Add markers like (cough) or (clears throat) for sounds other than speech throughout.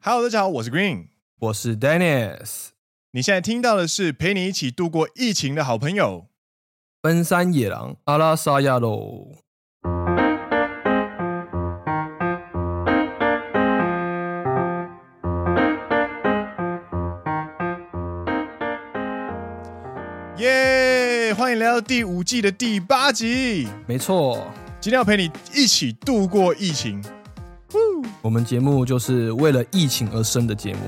Hello，大家好，我是 Green。我是 Dennis。你现在听到的是陪你一起度过疫情的好朋友。奔山野狼阿拉萨亚喽，耶、欢迎来到第五季的第八集。没错，今天要陪你一起度过疫情。我们节目就是为了疫情而生的节目。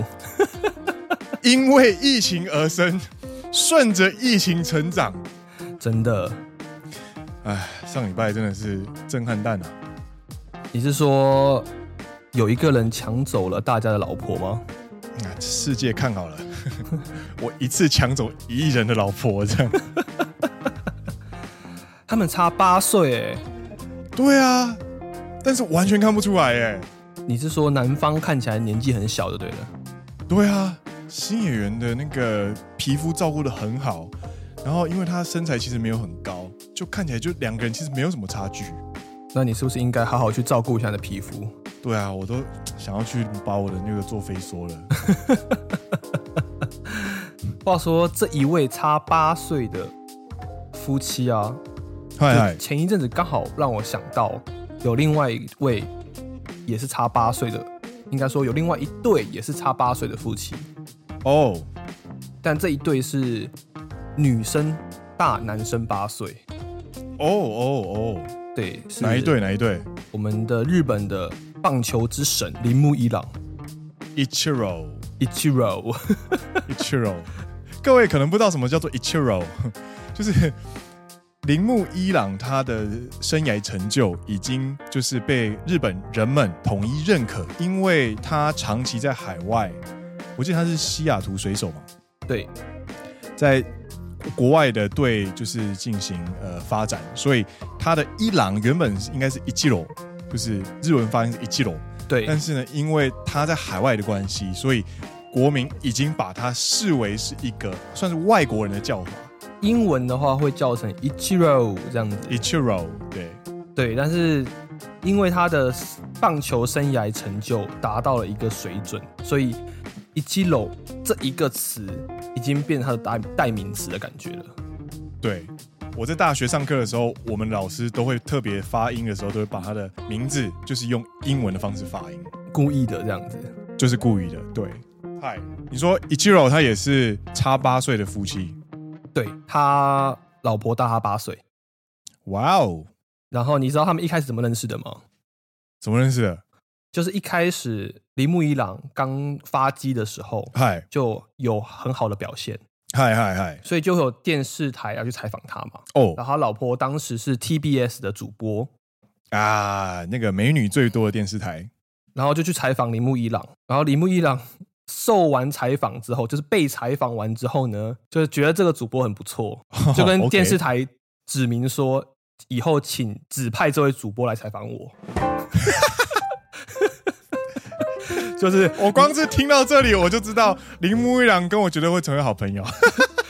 因为疫情而生，顺着疫情成长。真的，哎，上礼拜真的是震撼弹啊！你是说有一个人抢走了大家的老婆吗？啊，世界看好了，我一次抢走一亿人的老婆，这样。他们差八岁，哎，对啊，但是完全看不出来哎。你是说男方看起来年纪很小就对了，对啊，新演员的那个皮肤照顾的很好，然后因为他身材其实没有很高，就看起来就两个人其实没有什么差距。那你是不是应该好好去照顾一下你的皮肤？对啊，我都想要去把我的那个做飞梭了。话说这一位差八岁的夫妻啊，嗨嗨，前一阵子刚好让我想到有另外一位也是差八岁的，应该说有另外一对也是差八岁的夫妻，哦，但这一对是女生大男生八岁，哦哦哦，对，是哪一对？？哪一对我们的日本的棒球之神铃木一朗？Ichiro。 Ichiro， Ichiro，各 (laughs) 位可能不知道什么叫做 Ichiro，就是铃木一朗他的生涯成就已经就是被日本人们统一认可，因为他长期在海外，我记得他是西雅图水手嘛，对，在国外的队就是进行呃发展，所以他的伊朗原本是应该是 Ichiro，就是日文发音是 Ichiro，但对，是呢，因为他在海外的关系，所以国民已经把他视为是一个算是外国人的叫法英文的话会叫成 Ichiro 这样子， ，Ichiro。对，对，但是因为他的棒球生涯成就达到了一个水准，所以 “ichiro” 这一个词已经变成他的代代名词的感觉了。对，我在大学上课的时候，我们老师都会特别发音的时候，都会把他的名字就是用英文的方式发音，故意的这样子，就是故意的。对，嗨，你说 Ichiro 他也是差八岁的夫妻，对他老婆大他八岁。哇哦，然后你知道他们一开始怎么认识的吗？怎么认识的？就是一开始铃木一朗刚发迹的时候嗨就有很好的表现，嗨嗨嗨，所以就有电视台要去采访他嘛。哦然后他老婆当时是 TBS 的主播，啊，那个美女最多的电视台，然后就去采访铃木一朗，然后铃木一朗受完采访之后，就是被采访完之后呢，就是觉得这个主播很不错， (laughs) 就跟 OK 电视台指明说，以后请指派这位主播来采访我。 (laughs) 就是我光是听到这里，我就知道铃木一郎跟我绝对会成为好朋友。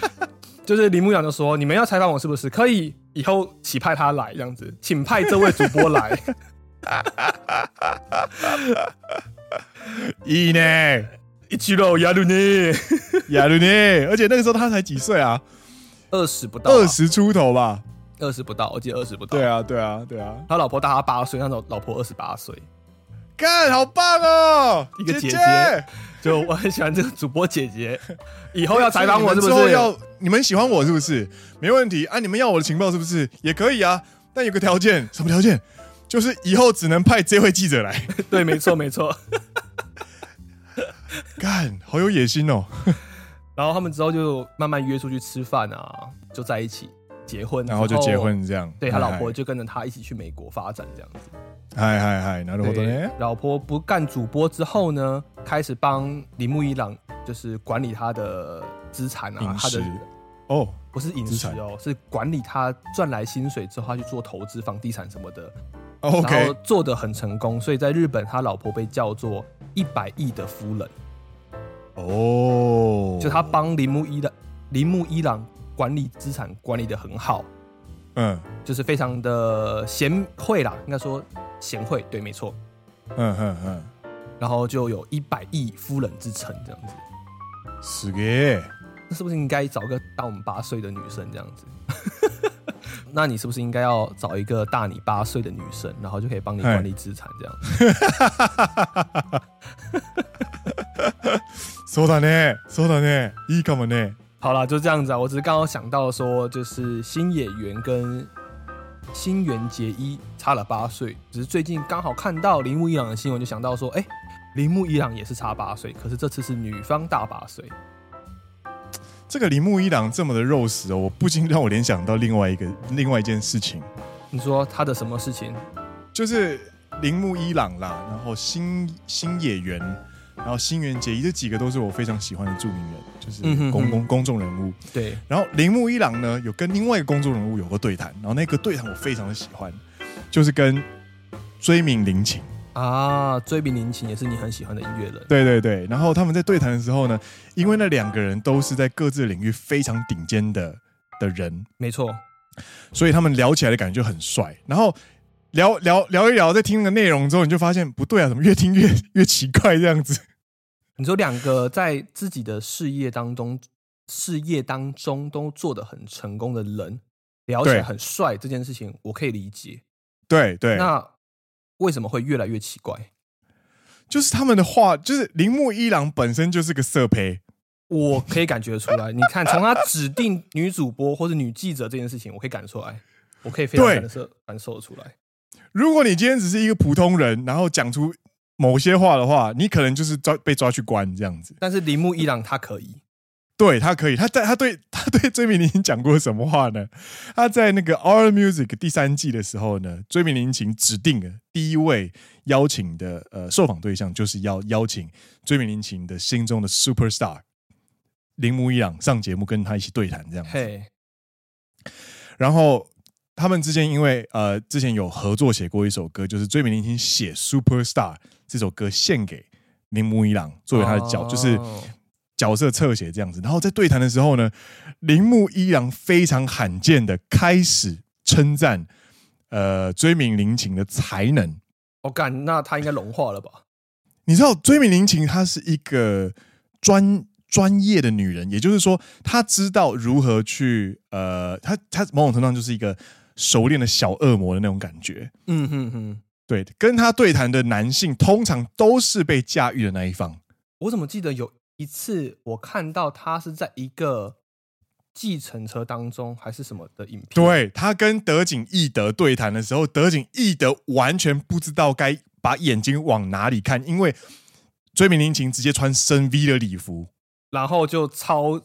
(laughs) 就是铃木一朗就说，你们要采访我是不是？可以以后请派他来这样子，请派这位主播 (laughs) 来。いいね，一起喽，亚鲁尼，亚鲁尼，而且那个时候他才几岁啊，二十不到、啊二，十出头吧？二十不到，我记得二十不到。对，啊，对啊，对啊，他老婆大他八岁，他老老婆二十八岁。干，好棒哦，一个姐姐姐，就我很喜欢这个主播姐 (laughs) 姐，以后要采访我是不你们之后是？要你们喜欢我是不是？没问题啊，你们要我的情报是不是也可以啊？但有个条件，什么条件？就是以后只能派这位记者来。 (laughs) 对，没错没错。干，好有野心哦。然后他们之后就慢慢约出去吃饭啊，就在一起结婚，然后就结。婚这样。对他老婆就跟着他一起去美国发展这样子。嗨，嗨嗨嗨，なるほどね。老婆不干主播之后呢，开始帮铃木一朗就是管理他的资产啊饮，他的食哦，不是饮资食产哦，是管理他赚来薪水之后，他去做投资、房地产什么的。然后哦 OK，做的很成功，所以在日本，他老婆被叫做一百亿的夫人，哦，就他帮铃木一的铃木一郎管理资产管理的很好，嗯就是非常的贤惠啦，应该说贤惠，对，没错。嗯嗯嗯，然然后就有一百亿夫人之称这样子。死给那是不是应该找个大我们八岁的女生这样子？ (laughs) 那你是不是应该要找一个大你八岁的女生，然后就可以帮你管理资产这样？そうだね、そうだね、いいかもね。好啦，就这样子啊。我只是刚刚想到说，就是新演员跟新垣结衣差了八岁，只是最近刚好看到铃木一朗的新闻，就想到说，哎、铃木一朗也是差八岁，可是这次是女方大八岁。这个铃木一郎这么的肉食哦，我不禁让我联想到另外一个另外一件事情，你说她的什么事情？就是铃木一朗啦，然后新新野原，然后新垣结衣这几个都是我非常喜欢的著名人，就是嗯哼公哼公公众人物。对，然后铃木一朗呢，有跟另外一个公众人物有过对谈，然后那个对谈我非常的喜欢，就是跟追名林琴。啊，追名林琴也是你很喜欢的音乐人。对对对，然后他们在对谈的时候呢，因为那两个人都是在各自领域非常顶尖的的人，没错，所以他们聊起来的感觉就很帅。然后聊聊聊一聊，在听的内容之后，你就发现不对啊，怎么越听越越奇怪这样子？ (laughs) 你说两个在自己的事业当中，事业当中都做得很成功的人，聊起对来很帅这件事情，我可以理解。对对，那为什么会越来越奇怪？就是他们的话，就是铃木一郎本身就是个色胚，我可以感觉出来。你看，从他指定女主播或者女记者这件事情，我可以感受出来，我可以非常对感受感受得出来。如果你今天只是一个普通人，然后讲出某些话的话，你可能就是抓被抓去关这样子。但是铃木一朗他可以，对他可以，他在他对 (laughs) 他对追名林琴讲过什么话呢？他在那个《Our Music》第三季的时候呢，追名林琴指定的第一位邀请的呃受访对象，就是要邀请追名林琴的心中的 super star 铃木一朗上节目跟他一起对谈这样子。嘿，然后他们之间因为呃之前有合作写过一首歌，就是追名林琴写《super star》这首歌献给铃木一朗作为他的角，哦就是角色侧写这样子。然后在对谈的时候呢，铃木一郎非常罕见的开始称赞呃追名林琴的才能。我哦干，那他应该融化了吧？你知道追名林琴她是一个专专业的女人，也就是说，她知道如何去呃，她她某种程度上就是一个熟练的小恶魔的那种感觉。嗯哼哼，对，跟她对谈的男性通常都是被驾驭的那一方。我怎么记得有一次我看到他是在一个计程车当中还是什么的影片？，对他跟德井义德对谈的时候，德井义德完全不知道该把眼睛往哪里看，因为追名林琴直接穿深 V 的礼服，然后就超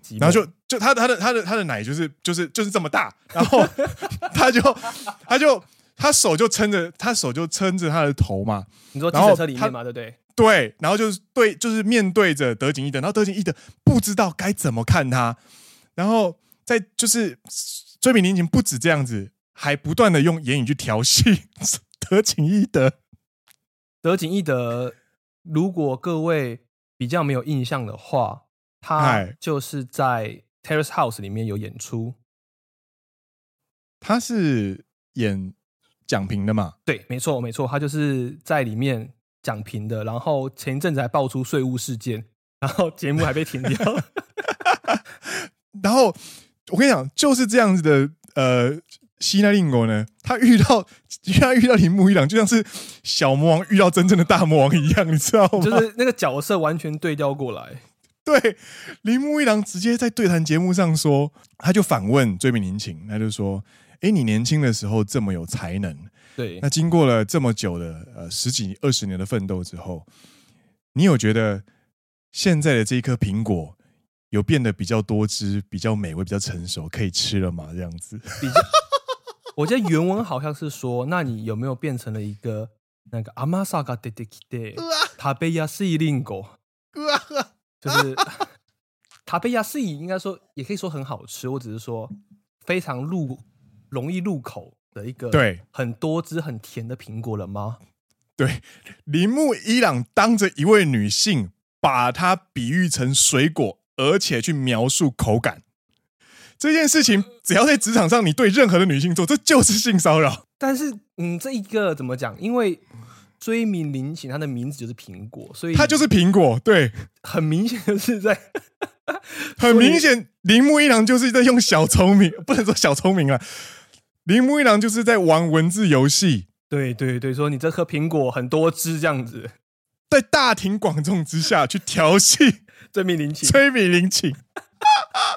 级，然后就就他他的他的他的奶就是就是就是这么大，然后他就他就他手就撑着他手就撑着他的头嘛，你说计然后程车里他面嘛，对不对？对，然后就是对，就是面对着德井一德，然后德井一德不知道该怎么看他，然后在就是追名林琴不止这样子，还不断的用言语去调戏 (laughs) 德井一德。德井义德，如果各位比较没有印象的话，他嗨就是在 Terrace House 里面有演出。他是演蒋平的嘛？对，没错，没错，他就是在里面讲评的。然后前一阵子还爆出税务事件，然后节目还被停掉。然后我跟你讲，就是这样子的，呃，西奈令国呢，他遇到他遇到铃木一朗，就像是小魔王遇到真正的大魔王一样，你知道吗？就是那个角色完全对调过来。对，铃木一郎直接在对谈节目上说，他就反问追名林琴，他就说：“诶，你年轻的时候这么有才能，对那，经过了这么久的呃十几二十年的奋斗之后，你有觉得现在的这一颗苹果有变得比较多汁、比较美味、比较成熟，可以吃了吗？”这样子，比较，我记得原文好像是说，那你有没有变成了一个那个阿玛萨嘎德德基德塔贝亚西令狗？就是塔贝亚西应该说也可以说很好吃，我只是说非常入容易入口的一个，对，很多汁很甜的苹果了吗？铃木一朗当着一位女性，把她比喻成水果，而且去描述口感。这件事情，只要在职场上你对任何的女性做，这就是性骚扰。但是，嗯，这一个怎么讲？因为追名林檎，他的名字就是苹果，所以他就是苹果，对，很明显的是在 (laughs) 很明显，铃木一郎就是在用小聪明，不能说小聪明啊，铃木一郎就是在玩文字游戏，对对对，说你这颗苹果很多汁这样子，在大庭广众之下去调戏追名林檎，崔米林檎。 (laughs)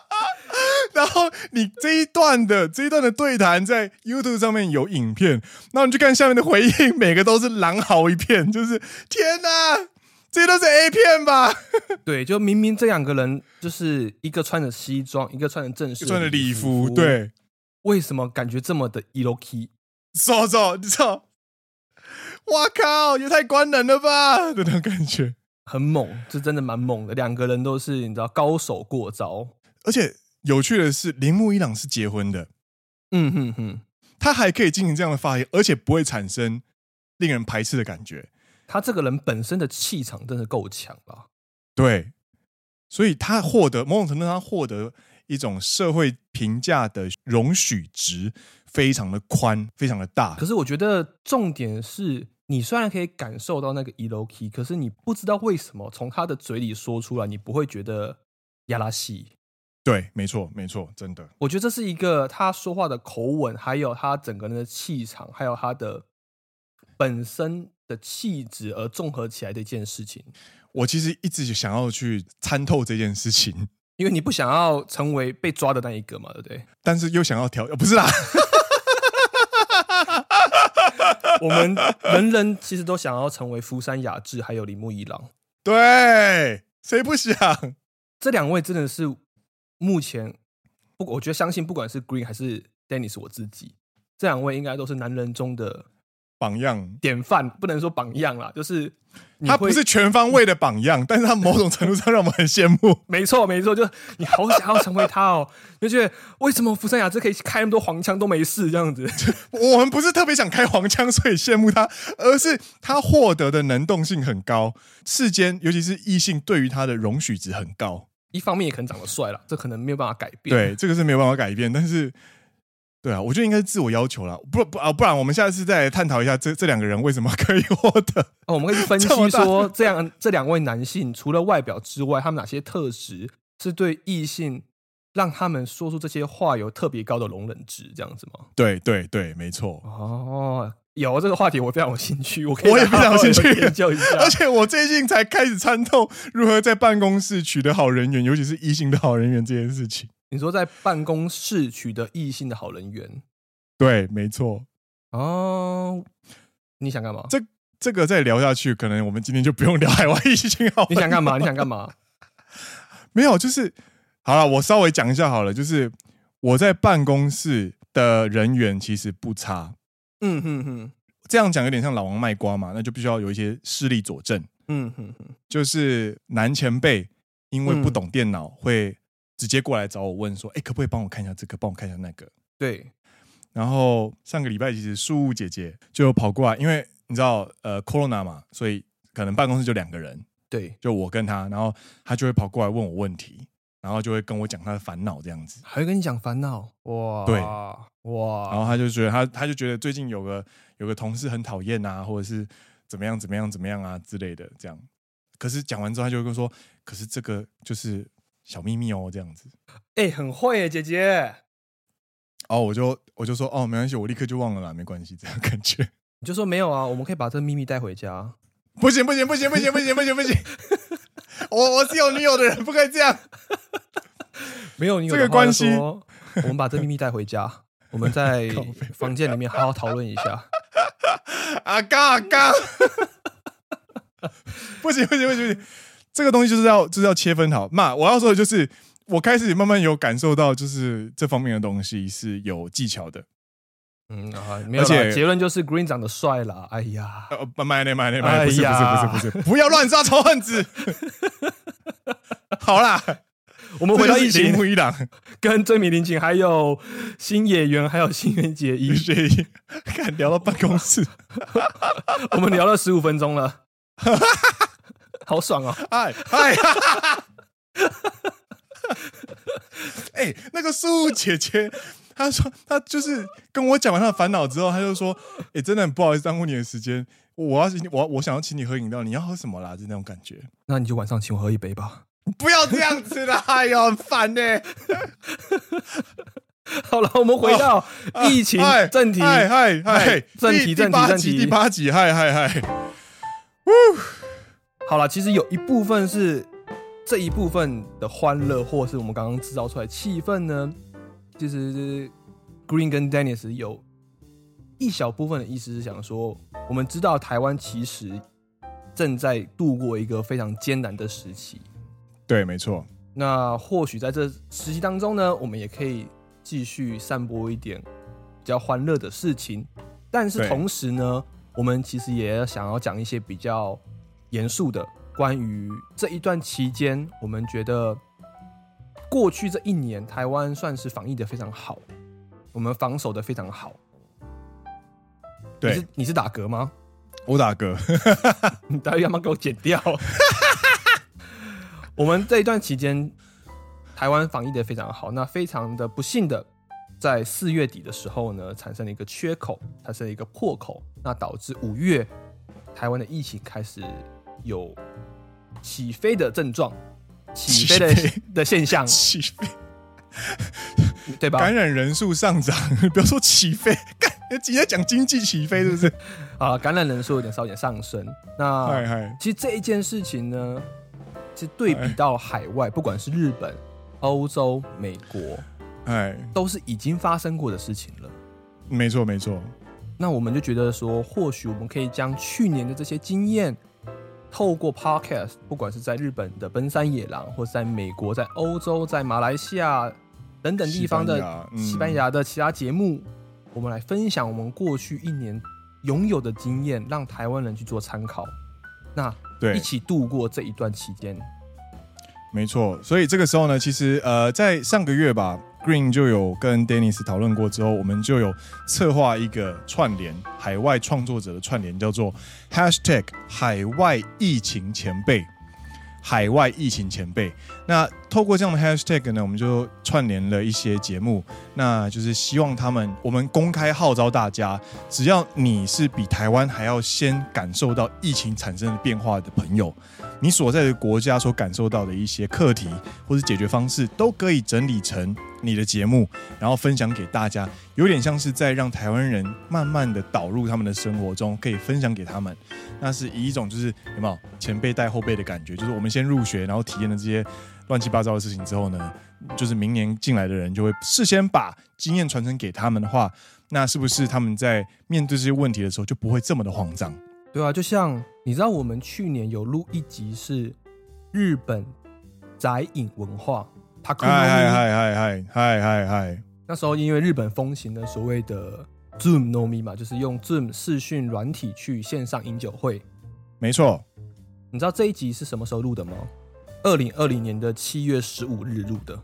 然后你这一段的这一段的对谈在 YouTube 上面有影片，然后你去看下面的回应，每个都是狼嚎一片，就是天哪，这都是 A 片吧？对，就明明这两个人就是一个穿着西装，一个穿着正式，穿着礼服，，对，为什么感觉这么的 e l o k y 走走，你知道？哇靠，也太官能了吧的那种感觉。很猛，这真的蛮猛的，两个人都是你知道高手过招，而且有趣的是，铃木一朗是结婚的，嗯哼哼，他还可以进行这样的发言，而且不会产生令人排斥的感觉。他这个人本身的气场真的够强了，对，所以他获得某种程度上他获得一种社会评价的容许值非常的宽，非常的大可。是我觉得重点是。你虽然可以感受到那个 e l o k y 可是你不知道为什么从他的嘴里说出来，你不会觉得亚拉西。对，没错，没错，真的，我觉得这是一个他说话的口吻，还有他整个人的气场，还有他的本身的气质而综合起来的一件事情。我其实一直想要去参透这件事情，因为你不想要成为被抓的那一个嘛，对不对？但是又想要调，呃不是啦， (laughs) (laughs) 我们人人其实都想要成为福山雅治还有铃木一郎对，谁不想？这两位，真的是目前不，我觉得相信不管是 Green 还是 Dennis 我自己，这两位应该都是男人中的榜样，典范，不能说榜样啦，就是你他会不是全方位的榜样，但是他某种程度上让我们很羡慕。没错，没错，就你好想要成为他哦， (laughs) 就觉得为什么福山雅治可以开那么多黄腔都没事这样子？我们不是特别想开黄腔，所以羡慕他，而是他获得的能动性很高，世间尤其是异性对于他的容许值很高。 (laughs) 一方面也可能长得帅了，这可能没有办法改变。对，这个是没有办法改变，但是，对啊，我觉得应该是自我要求啦，不不啊，不然我们下次再来探讨一下这这两个人为什么可以获得。哦，我们可以分析这么大说，这样 (laughs) 这两位男性除了外表之外，他们哪些特质是对异性让他们说出这些话有特别高的容忍值，这样子吗？对对对，没错。哦，有这个话题我非常有兴 (laughs) 趣，我可以我也非常有兴趣好好 (laughs) 地研究一下。而且我最近才开始参透如何在办公室取得好人缘，尤其是异性的好人缘这件事情。你说在办公室取得异性的好人缘对，没错。哦，你想干嘛？这这个再聊下去，可能我们今天就不用聊海外异性好。你想干嘛？你想干嘛？没有，就是好了，我稍微讲一下好了，就是我在办公室的人缘其实不差， (laughs) 嗯哼哼，这样讲有点像老王卖瓜嘛，那就必须要有一些事例佐证，嗯哼哼，就是男前辈因为不懂电脑，会直接过来找我问说，哎、可不可以帮我看一下这个，帮我看一下那个。对，然后上个礼拜其实树屋姐姐就跑过来，因为你知道呃 corona 嘛，所以可能办公室就两个人，对，就我跟他，然后他就会跑过来问我问题，然后就会跟我讲他的烦恼这样子。还会跟你讲烦恼，哇，对然哇，后他就觉得他他就觉得最近有个有个同事很讨厌啊，或者是怎么样怎么样怎么样啊之类的这样。可是讲完之后，他就会跟我说：“可是这个就是小秘密哦，这样子。哎、很会耶，姐姐，”哦，我就我就说：“哦，没关系，我立刻就忘了啦，没关系。”这样感觉 (laughs) 你就说没有啊，我们可以把这秘密带回家。不行不行不行不行不行不行不 (laughs) 行，我我是有女友的人，不可以这样。没有，你有这个的话就关系说，我们把这秘密带回家，我们在 (laughs) 靠北房间里面好好讨论一下。啊嘎啊嘎， (laughs) 不行不行不行不行，这个东西就是要就是要切分好。那我要说的就是，我开始慢慢有感受到，就是这方面的东西是有技巧的。嗯啊，没有而且啦，结论就是 Green 长得帅啦。哎呀，呃，不买嘞买嘞买嘞，哎不是不是呀不是不是，不要乱杀仇恨值。 (laughs) 好啦，我们回到这就疫是铃木情，一郎， (laughs) 跟追名林檎，还有新演员，还有新垣结 (laughs) 衣，学一，看聊到办公室，我们聊了十五分钟了， (laughs) 好爽哦！嗨 (laughs) 嗨。哎哎、那个素姐姐，他说他就是跟我讲完他的烦恼之后，他就说：“哎、真的很不好意思耽误你的时间，我要我我想要请你喝饮料，你要喝什么啦？”就那种感觉。那你就晚上请我喝一杯吧。 (laughs) 不要这样子啦，哎呦，很烦呢、好了，我们回到疫情哎正题。嗨嗨嗨嗨，正题第正第题八正集题第八集，哎嗨嗨嗨，好了，其实有一部分是这一部分的欢乐，或是我们刚刚制造出来的气氛呢，其实 Green 跟 Dennis 有一小部分的意思是想说，我们知道台湾其实正在度过一个非常艰难的时期。对，没错，那或许在这时期当中呢，我们也可以继续散播一点比较欢乐的事情，但是对同时呢，我们其实也想要讲一些比较严肃的，关于这一段期间，我们觉得过去这一年台湾算是防疫的非常好，我们防守的非常好。对你是你是打嗝吗？我打 (laughs) 嗝，你待会要不要给我剪掉？ (laughs) 我们这一段期间，台湾防疫的非常好，那非常的不幸的，在四月底的时候呢，产生了一个缺口，产生了一个破口，那导致五月台湾的疫情开始有起飞的症状，起飞的起飞的现象，起飞，对吧？感染人数上涨，不要说起飞，干，你在讲经济起飞是不是？啊，感染人数有点稍有点上升。那嗨嗨，其实这一件事情呢，是对比到海外，不管是日本、欧洲、美国，哎，都是已经发生过的事情了。没错没错，那我们就觉得说，或许我们可以将去年的这些经验，透过 podcast，不管是在日本的奔山野狼，或是在美国、在欧洲、在马来西亚等等地方的西班牙嗯西班牙的其他节目，我们来分享我们过去一年拥有的经验，让台湾人去做参考。那对一，起度过这一段期间。没错，所以这个时候呢，其实呃，在上个月吧，Green 就有跟 Dennis 讨论过之后，我们就有策划一个串联海外创作者的串联，叫做 Hashtag 海外疫情前辈。海外疫情前辈，那透过这样的 hashtag 呢，我们就串联了一些节目，那就是希望他们，我们公开号召大家，只要你是比台湾还要先感受到疫情产生的变化的朋友，你所在的国家所感受到的一些课题或是解决方式，都可以整理成你的节目，然后分享给大家，有点像是在让台湾人慢慢的导入他们的生活中，可以分享给他们。那是以一种就是有没有前辈带后辈的感觉，就是我们先入学，然后体验了这些乱七八糟的事情之后呢，就是明年进来的人就会事先把经验传承给他们的话，那是不是他们在面对这些问题的时候就不会这么的慌张？对啊，就像你知道，我们去年有录一集是日本宅饮文化 t a k 嗨嗨嗨嗨嗨嗨嗨！那时候因为日本风行的所谓的 Zoom no mi 嘛，就是用 Zoom 视讯软体去线上饮酒会。没错，你知道这一集是什么时候录的吗？二零二零年的七月十五日录的，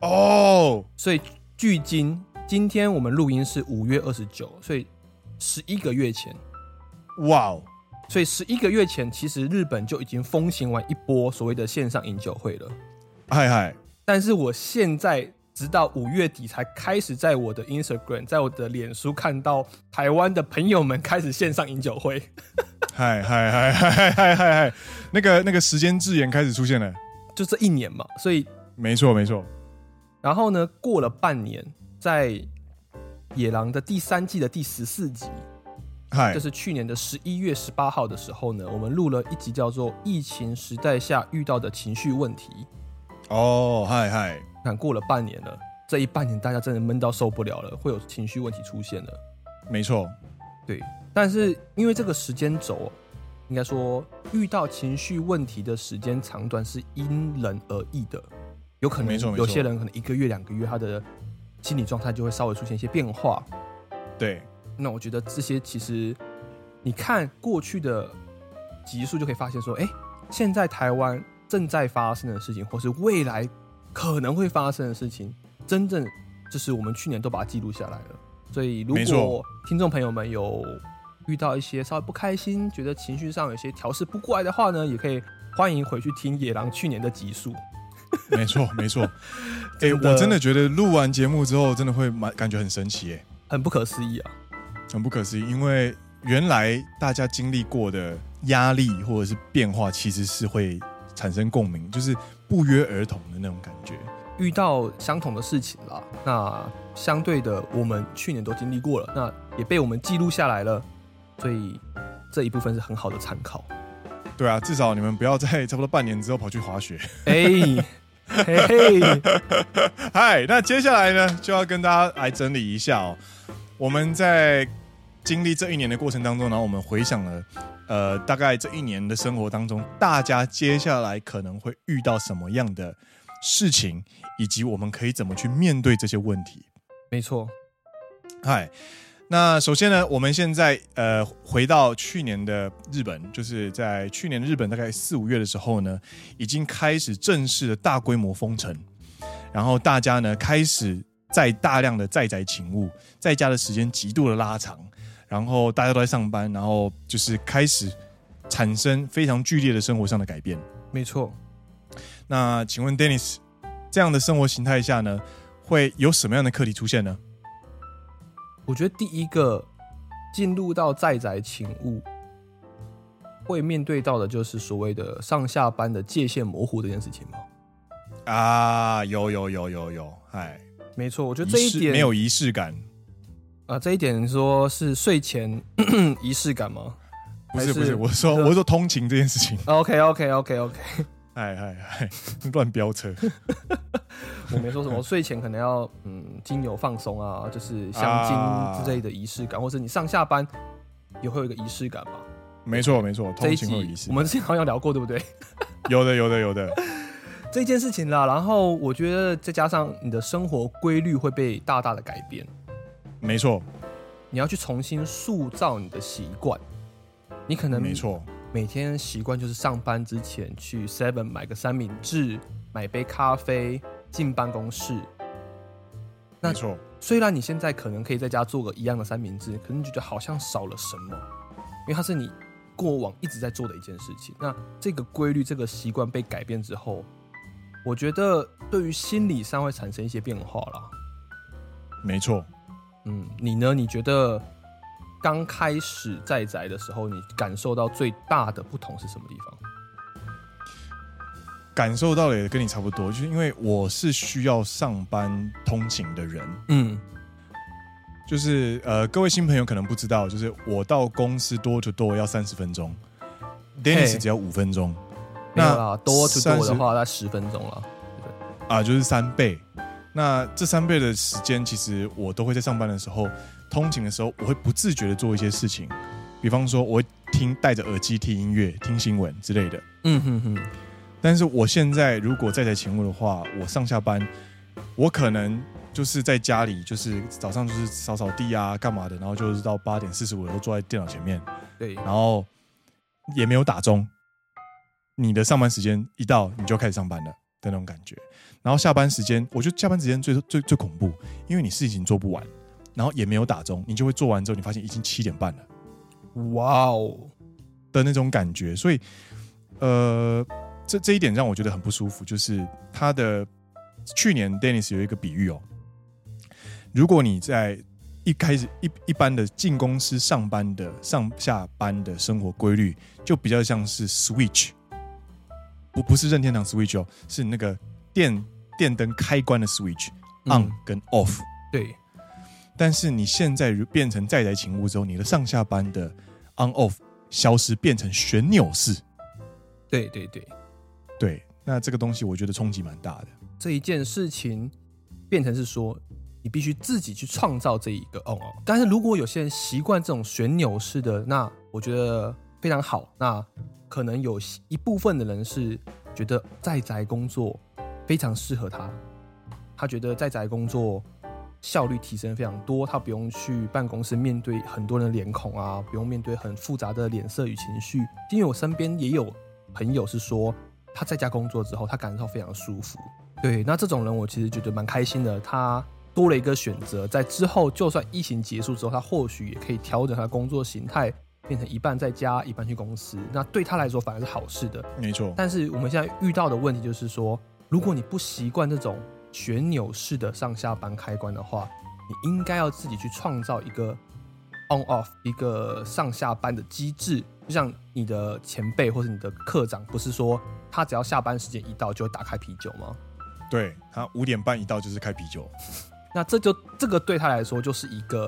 哦，所以距今今天我们录音是五月二十九，所以十一个月前。哇哦，所以十一个月前，其实日本就已经风行完一波所谓的线上饮酒会了。嗨嗨，但是我现在直到五月底才开始在我的 Instagram，在我的脸书看到台湾的朋友们开始线上饮酒会。 (laughs) 嗨嗨嗨嗨嗨嗨嗨，那个那个时间字眼开始出现了，就这一年嘛，所以没错没错，然后呢，过了半年，在《野狼》的第三季的第十四集，嗨就，是去年的十一月十八号的时候呢，我们录了一集叫做《疫情时代下遇到的情绪问题》。哦，嗨嗨，看过了半年了，这一半年大家真的闷到受不了了，会有情绪问题出现了。没错，对，但是因为这个时间轴，应该说遇到情绪问题的时间长短是因人而异的，有可没能错没错有些人可能一个月两个月，他的心理状态就会稍微出现一些变化。对，那我觉得这些其实你看过去的集数就可以发现说，哎，现在台湾正在发生的事情，或是未来可能会发生的事情，真正就是我们去年都把它记录下来了。所以，如没果错听众朋友们有遇到一些稍微不开心，觉得情绪上有些调试不过来的话呢，也可以欢迎回去听野狼去年的集数。没错没 (laughs) 错。哎、真的我真的觉得录完节目之后，真的会蛮感觉很神奇、哎，很不可思议啊！很不可思议，因为原来大家经历过的压力或者是变化，其实是会产生共鸣，就是不约而同的那种感觉。遇到相同的事情啦，那相对的，我们去年都经历过了，那也被我们记录下来了，所以这一部分是很好的参 (laughs) 考。对啊，至少你们不要在差不多半年之后跑去滑雪。哎、嘿嘿，嗨，那接下来呢，就要跟大家来整理一下哦。我们在经历这一年的过程当中，然后我们回想了，呃，大概这一年的生活当中，大家接下来可能会遇到什么样的事情，以及我们可以怎么去面对这些问题。没错，嗨，那首先呢，我们现在呃回到去年的日本，就是在去年的日本大概四五月的时候呢，已经开始正式的大规模封城，然后大家呢开始在大量的在宅勤务，在家的时间极度的拉长，然后大家都在上班，然后就是开始产生非常剧烈的生活上的改变。没错。那请问 Dennis，这样的生活形态下呢，会有什么样的课题出现呢？我觉得第一个进入到在宅勤务，会面对到的就是所谓的上下班的界限模糊这件事情嘛。啊，有有有有有，嗨，没错，我觉得仪这一式点没有仪式感，啊、这一点说是睡前 (coughs) 仪式感吗不还是是不是，我说呃我说通勤这件事情， (laughs) ？OK OK OK OK，哎哎哎，乱飙 (laughs) 车，我没说什么，睡前可能要嗯精油放松啊，就是香啊精之类的仪式感，或者你上下班也会有一个仪式感嘛。没错没错，这通一勤会有仪集式我，们之前好像聊过，对不对？ (laughs) 有的有的有的，这件事情啦，然后我觉得再加上你的生活规律会被大大的改变，没错你要去重新塑造你的习惯。你可能没错，每天习惯就是上班之前去 Seven 买个三明治，买杯咖啡，进办公室。那没错，虽然你现在可能可以在家做个一样的三明治，可是你觉得好像少了什么，因为它是你过往一直在做的一件事情。那这个规律、这个习惯被改变之后，我觉得对于心理上会产生一些变化啦。没错。嗯，你呢？你觉得刚开始在宅的时候，你感受到最大的不同是什么地方？感受到的也跟你差不多，就是因为我是需要上班通勤的人，嗯，就是呃，各位新朋友可能不知道，就是我到公司多就多要三十分钟，Dennis 只要五分钟，没有啦，多就30多的话，大概十分钟了。啊，就是三倍。那这三倍的时间，其实我都会在上班的时候、通勤的时候，我会不自觉的做一些事情，比方说，我会听戴着耳机听音乐、听新闻之类的。嗯哼哼，但是我现在如果在在勤务的话，我上下班，我可能就是在家里，就是早上就是扫扫地啊，干嘛的，然后就是到八点四十五都坐在电脑前面，对，然后也没有打钟，你的上班时间一到你就开始上班了的那种感觉。然后下班时间，我觉得下班时间最最最恐怖，因为你事情做不完，然后也没有打钟，你就会做完之后，你发现已经七点半了哇哦，的那种感觉。所以，呃，这这一点让我觉得很不舒服，就是他的去年 Dennis 有一个比喻哦，如果你在一开始一一般的进公司上班的上下班的生活规律，就比较像是 Switch，不不是任天堂 Switch 哦，是那个电电灯开关的 Switch、on 嗯，跟 off。对，但是你现在如变成在宅勤务之后，你的上下班的 on off 消失，变成旋钮式。对对对，对，那这个东西我觉得冲击蛮大的。这一件事情变成是说，你必须自己去创造这一个哦哦。但是如果有些人习惯这种旋钮式的，那我觉得非常好。那可能有一部分的人是觉得在宅工作非常适合他，他觉得在宅工作效率提升非常多，他不用去办公室面对很多人的脸孔啊，不用面对很复杂的脸色与情绪。因为我身边也有朋友是说，他在家工作之后，他感到非常舒服。对，那这种人我其实觉得蛮开心的，他多了一个选择，在之后就算疫情结束之后，他或许也可以调整他的工作形态，变成一半在家，一半去公司。那对他来说反而是好事的。没错，但是我们现在遇到的问题就是说，如果你不习惯这种旋钮式的上下班开关的话，你应该要自己去创造一个 on off 一个上下班的机制。就像你的前辈或者你的课长，不是说他只要下班时间一到就会打开啤酒吗？对他五点半一到就是开啤酒，那这就这个对他来说就是一个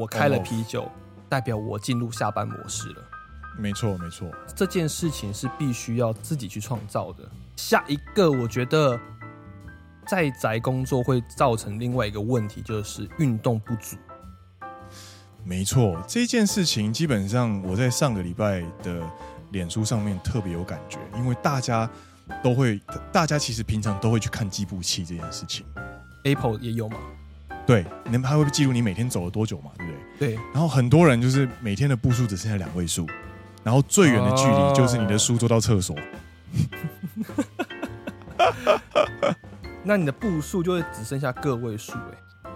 我开了 On off 啤酒，代表我进入下班模式了。没错没错，这件事情是必须要自己去创造的。下一个，我觉得在宅工作会造成另外一个问题，就是运动不足。没错，这件事情基本上我在上个礼拜的脸书上面特别有感觉，因为大家都会，大家其实平常都会去看计步器这件事情， Apple 也有嘛？对，你们还会记录你每天走了多久嘛，对不对？对，然后很多人就是每天的步数只剩下两位数，然后最远的距哦离就是你的书桌到厕所，那你的步数就会只剩下个位数哎、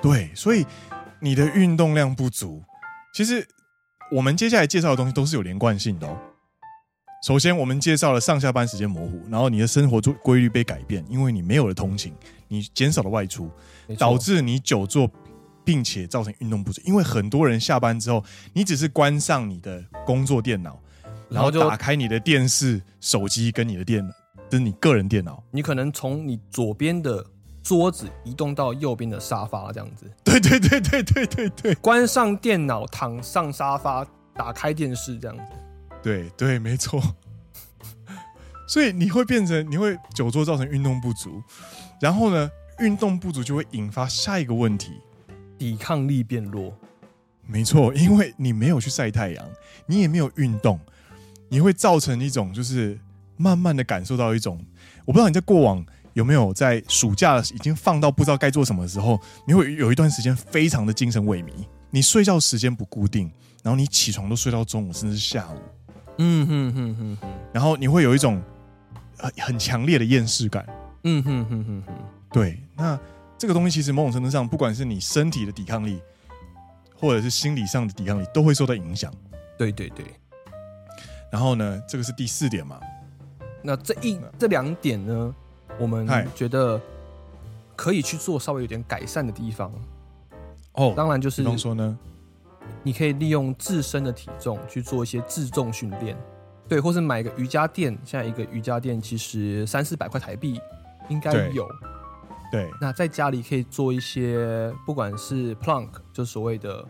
对，所以你的运动量不足，其实我们接下来介绍的东西都是有连贯性的哦。首先，我们介绍了上下班时间模糊，然后你的生活规规律被改变，因为你没有了通勤，你减少了外出，没错导致你久坐，并且造成运动不足。因为很多人下班之后，你只是关上你的工作电脑，然然后后就打开你的电视、手机跟你的电脑，这是你个人电脑。 (laughs) 你可能从你左边的桌子移动到右边的沙发这样子，对对对对对对对关上电脑，躺上沙发，打开电视这样子。对对，没错。 (laughs) 所以你会变成你会久坐造成运动不足，然后呢，运动不足就会引发下一个问题。抵抗力变弱，没错，因为你没有去晒太阳，你也没有运动，你会造成一种就是慢慢的感受到一种，我不知道你在过往有没有在暑假已经放到不知道该做什么的时候，你会有一段时间非常的精神萎靡，你睡觉时间不固定，然后你起床都睡到中午甚至是下午，嗯哼哼哼哼，然后你会有一种很很强烈的厌世感。嗯哼哼哼哼。对，那这个东西其实某种程度上，不管是你身体的抵抗力，或者是心理上的抵抗力，都会受到影响。对对对，然后呢，这个是第四点嘛？那这一这两点呢，我们嗨觉得可以去做稍微有点改善的地方。哦当然就比是方说呢，你可以利用自身的体重去做一些自重训练，对，或是买一个瑜伽垫。现在一个瑜伽垫其实三四百块台币应该对有。对，那在家里可以做一些，不管是 plank，就所谓的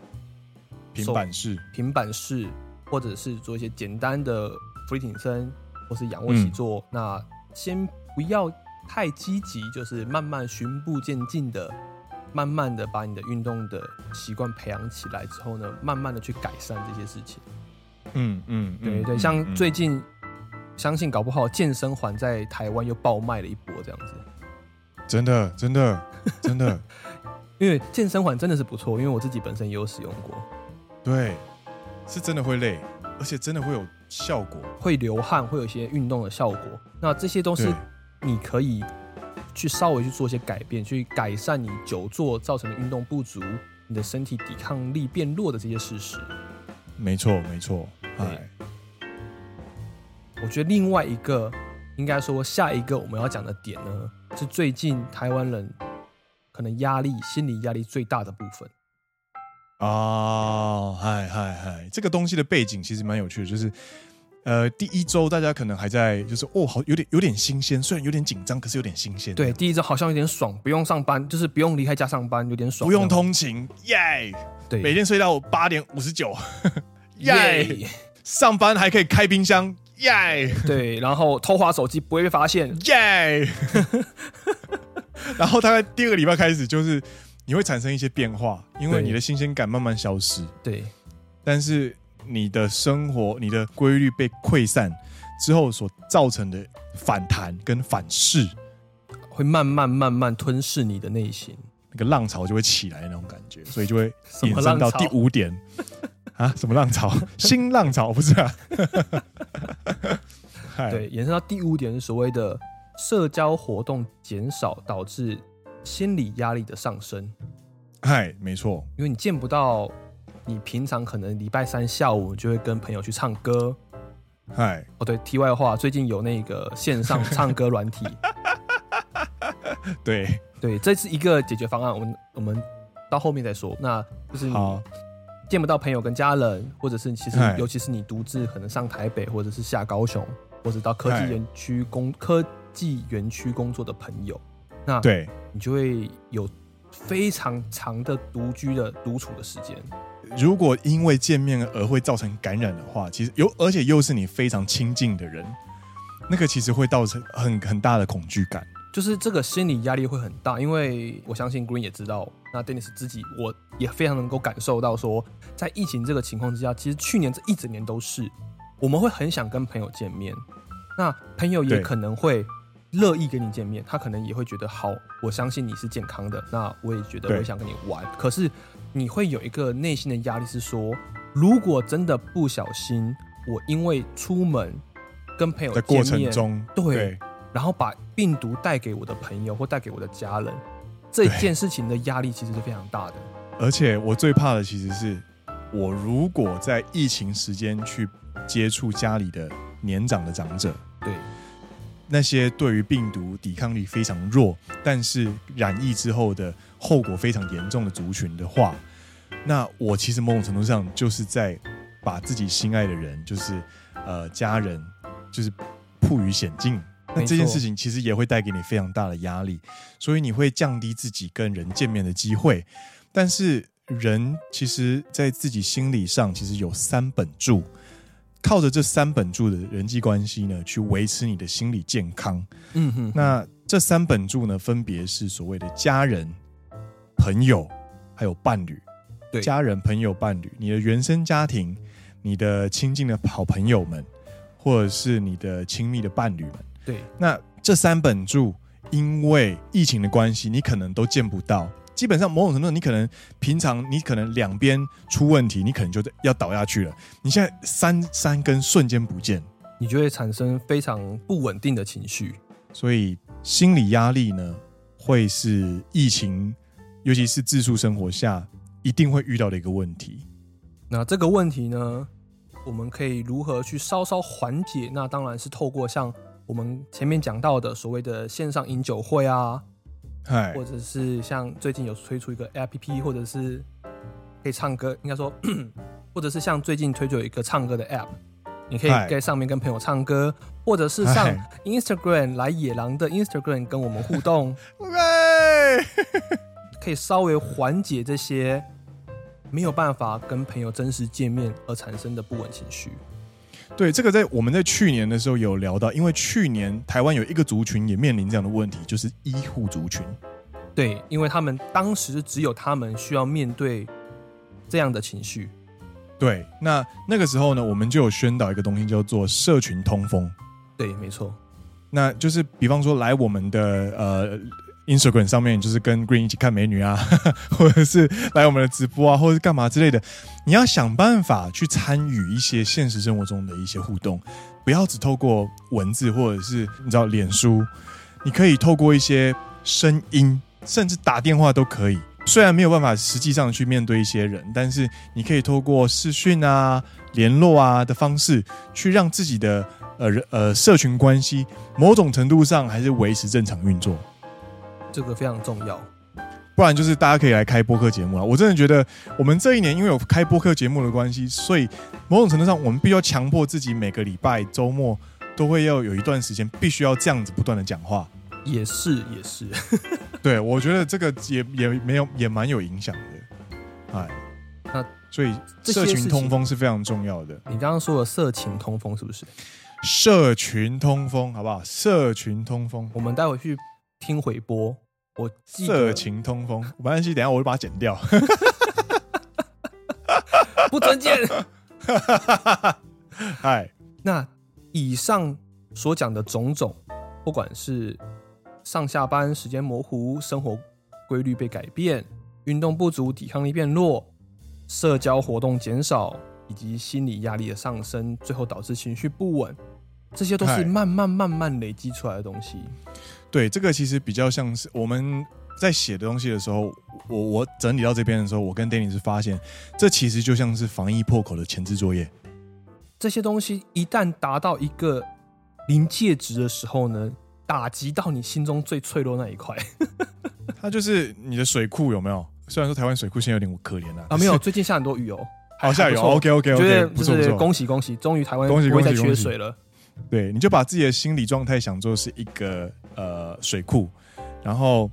平板式，平板式，或者是做一些简单的俯卧撑或是嗯仰卧起坐。那先不要太积极，就是慢慢循步渐进的，慢慢的把你的运动的习惯培养起来之后呢，慢慢的去改善这些事情。嗯嗯，对嗯对，嗯像嗯最近。相信搞不好健身环在台湾又爆卖了一波这样子，真的真的 (laughs) 真的，因为健身环真的是不错，因为我自己本身也有使用过，对，是真的会累，而且真的会有效果。会流汗，会有一些运动的效果。那这些都是对，你可以去稍微去做一些改变，去改善你久坐造成的运动不足、你的身体抵抗力变弱的这些事实。没错没错，哎，我觉得另外一个，应该说下一个我们要讲的点呢，是最近台湾人可能压力、心理压力最大的部分。啊，嗨嗨嗨，这个东西的背景其实蛮有趣的，就是。呃，第一周大家可能还在，就是哦，好有点有点新鲜，虽然有点紧张，可是有点新鲜。对，，第一周好像有点爽，不用上班，就是不用离开家上班，有点爽，不用，通勤，耶！对，每天睡到八点五十 (laughs) 九，耶！耶，上班还可以开冰箱，耶！对，然后偷滑手机不会被发现，耶！然后大概第二个礼拜开始，就是你会产生一些变化，因为对你的新鲜感慢慢消失，对，但是你的生活、你的规律被溃散之后所造成的反弹跟反噬，会慢慢慢慢吞噬你的内心。那个浪潮就会起来那种感觉，所以就会什么延伸到浪潮第五点啊，什么浪潮？新浪潮不是啊？嗨，对，延伸到第五点是所谓的社交活动减少导致心理压力的上升，嗨，没错，因为你见不到你平常可能礼拜三下午就会跟朋友去唱歌。嗨， (laughs) 哦，对，题外话，最近有那个线上唱歌软体，对，对，这是一个解决方案，我们我们到后面再说。那就是你好，见不到朋友跟家人，或者是其实哎尤其是你独自可能上台北，或者是下高雄，或者到科技哎园区工科技园区工作的朋友，那对，你就会有非常长的独居的独处的时间。如果因为见面而会造成感染的话，其实有，而且又是你非常亲近的人，那个其实会造成很很大的恐惧感。就是这个心理压力会很大，因为我相信 Green 也知道，那 Dennis 自己我也非常能够感受到说，在疫情这个情况之下，其实去年这一整年都是，我们会很想跟朋友见面，那朋友也对可能会乐意跟你见面，他可能也会觉得好，我相信你是健康的，那我也觉得对我也想跟你玩，可是你会有一个内心的压力是说，如果真的不小心，我因为出门跟朋友在过见程面中，对然后把病毒带给我的朋友或带给我的家人，这件事情的压力其实是非常大的。而且我最怕的其实是，我如果在疫情时间去接触家里的年长的长者，对，那些对于病毒抵抗力非常弱，但是染疫之后的后果非常严重的族群的话，那我其实某种程度上就是在把自己心爱的人，就是呃家人，就是迫于险境。那没这件错事情其实也会带给你非常大的压力，所以你会降低自己跟人见面的机会。但是人其实，在自己心理上其实有三本柱，靠着这三本柱的人际关系呢，去维持你的心理健康。嗯哼，那这三本柱呢，分别是所谓的家人、朋友，还有伴侣。对家人、朋友、伴侣，你的原生家庭、你的亲近的好朋友们，或者是你的亲密的伴侣们。对，那这三本柱，因为疫情的关系，你可能都见不到。基本上，某种程度，你可能平常你可能两边出问题，你可能就要倒下去了。你现在三三根瞬间不见，你就会产生非常不稳定的情绪。所以心理压力呢，会是疫情，尤其是自述生活下一定会遇到的一个问题。那这个问题呢，我们可以如何去稍稍缓解？那当然是透过像我们前面讲到的所谓的线上饮酒会啊，嗨或，者是像最近有推出一个 APP，或者是可以唱歌，应该说， (clears throat) 或者是像最近推出有一个唱歌的 App，你可以嗨在上面跟朋友唱歌，或者是上嗨 Instagram 来野狼的 Instagram 跟我们 (laughs) 互动，喂，可以稍微缓解这些没有办法跟朋友真实见面而产生的不稳情绪。对，这个在我们在去年的时候有聊到，因为去年台湾有一个族群也面临这样的问题，就是医护族群。对，因为他们当时只有他们需要面对这样的情绪。对，那那个时候呢，我们就有宣导一个东西，叫做社群通风。对，没错，那就是比方说来我们的呃 Instagram 上面，就是跟 Green 一起看美女啊， (laughs) 或者是来我们的直播啊，或者是干嘛之类的，你要想办法去参与一些现实生活中的一些互动，不要只透过文字或者是你知道脸书，你可以透过一些声音，甚至打电话都可以。虽然没有办法实际上去面对一些人，但是你可以透过视讯啊、联络啊的方式，去让自己的呃人呃社群关系某种程度上还是维持正常运作，这个非常重要。不然就是大家可以来开播客节目啊！我真的觉得我们这一年因为有开播客节目的关系，所以某种程度上我们必须要强迫自己每个礼拜周末都会要有一段时间必须要这样子不断的讲话。也是，也是。对我觉得这个也也没有也蛮有影响的，哎，那所以这些社事群情通风是非常重要的，你刚刚说的色情通风是不是？社群通风好不好？社群通风，我们待会去听回播。我记得色情通风，没关系，等一下我就把它剪掉。 (laughs) (laughs) 不准见。嗨。那以上所讲的种种，不管是上下班时间模糊、生活规律被改变、运动不足、抵抗力变弱、社交活动减少，以及心理压力的上升，最后导致情绪不稳，这些都嗨是慢慢慢慢累积出来的东西。对，这个其实比较像是我们在写的东西的时候，我我整理到这边的时候，我跟 Danny 是发现，这其实就像是防疫破口的前置作业。这些东西一旦达到一个临界值的时候呢，打击到你心中最脆弱那一块它就是你的水库有没有？虽然说台湾水库现在有点可怜了 (laughs) 啊。没有，，最近下很多雨哦，好下雨还不 (laughs) 错，OK OK 我觉 OK，得不就错不是错。恭喜恭喜，终于台湾恭喜不会再恭喜缺恭喜水了。对，你就把自己的心理状态想作是一个呃水库，然后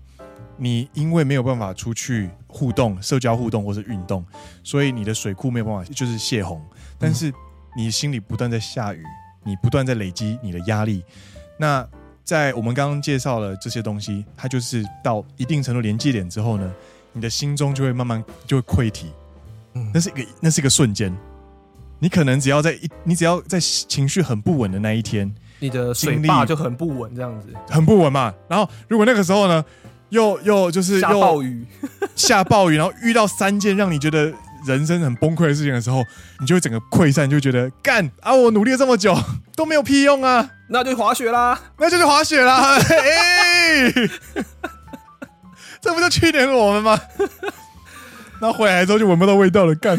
你因为没有办法出去互动、社交互动或是运动，所以你的水库没有办法就是泄洪，但是你心里不断在下雨，你不断在累积你的压力。那在我们刚刚介绍了这些东西，它就是到一定程度连接点之后呢，你的心中就会慢慢就会溃堤，嗯那是一个那是一个瞬间。你可能只要在一，你只要在情绪很不稳的那一天，你的水经历坝就很不稳，这样子很不稳嘛。然后如果那个时候呢，又又就是下又暴雨， (laughs) 下暴雨，然后遇到三件让你觉得人生很崩溃的事情的时候，你就会整个溃散，就觉得干啊，我努力了这么久都没有屁用啊，那就滑雪啦。那就去滑雪啦。哎，这不就去年的我们吗？那回来之后就闻不到味道了， (laughs) 干。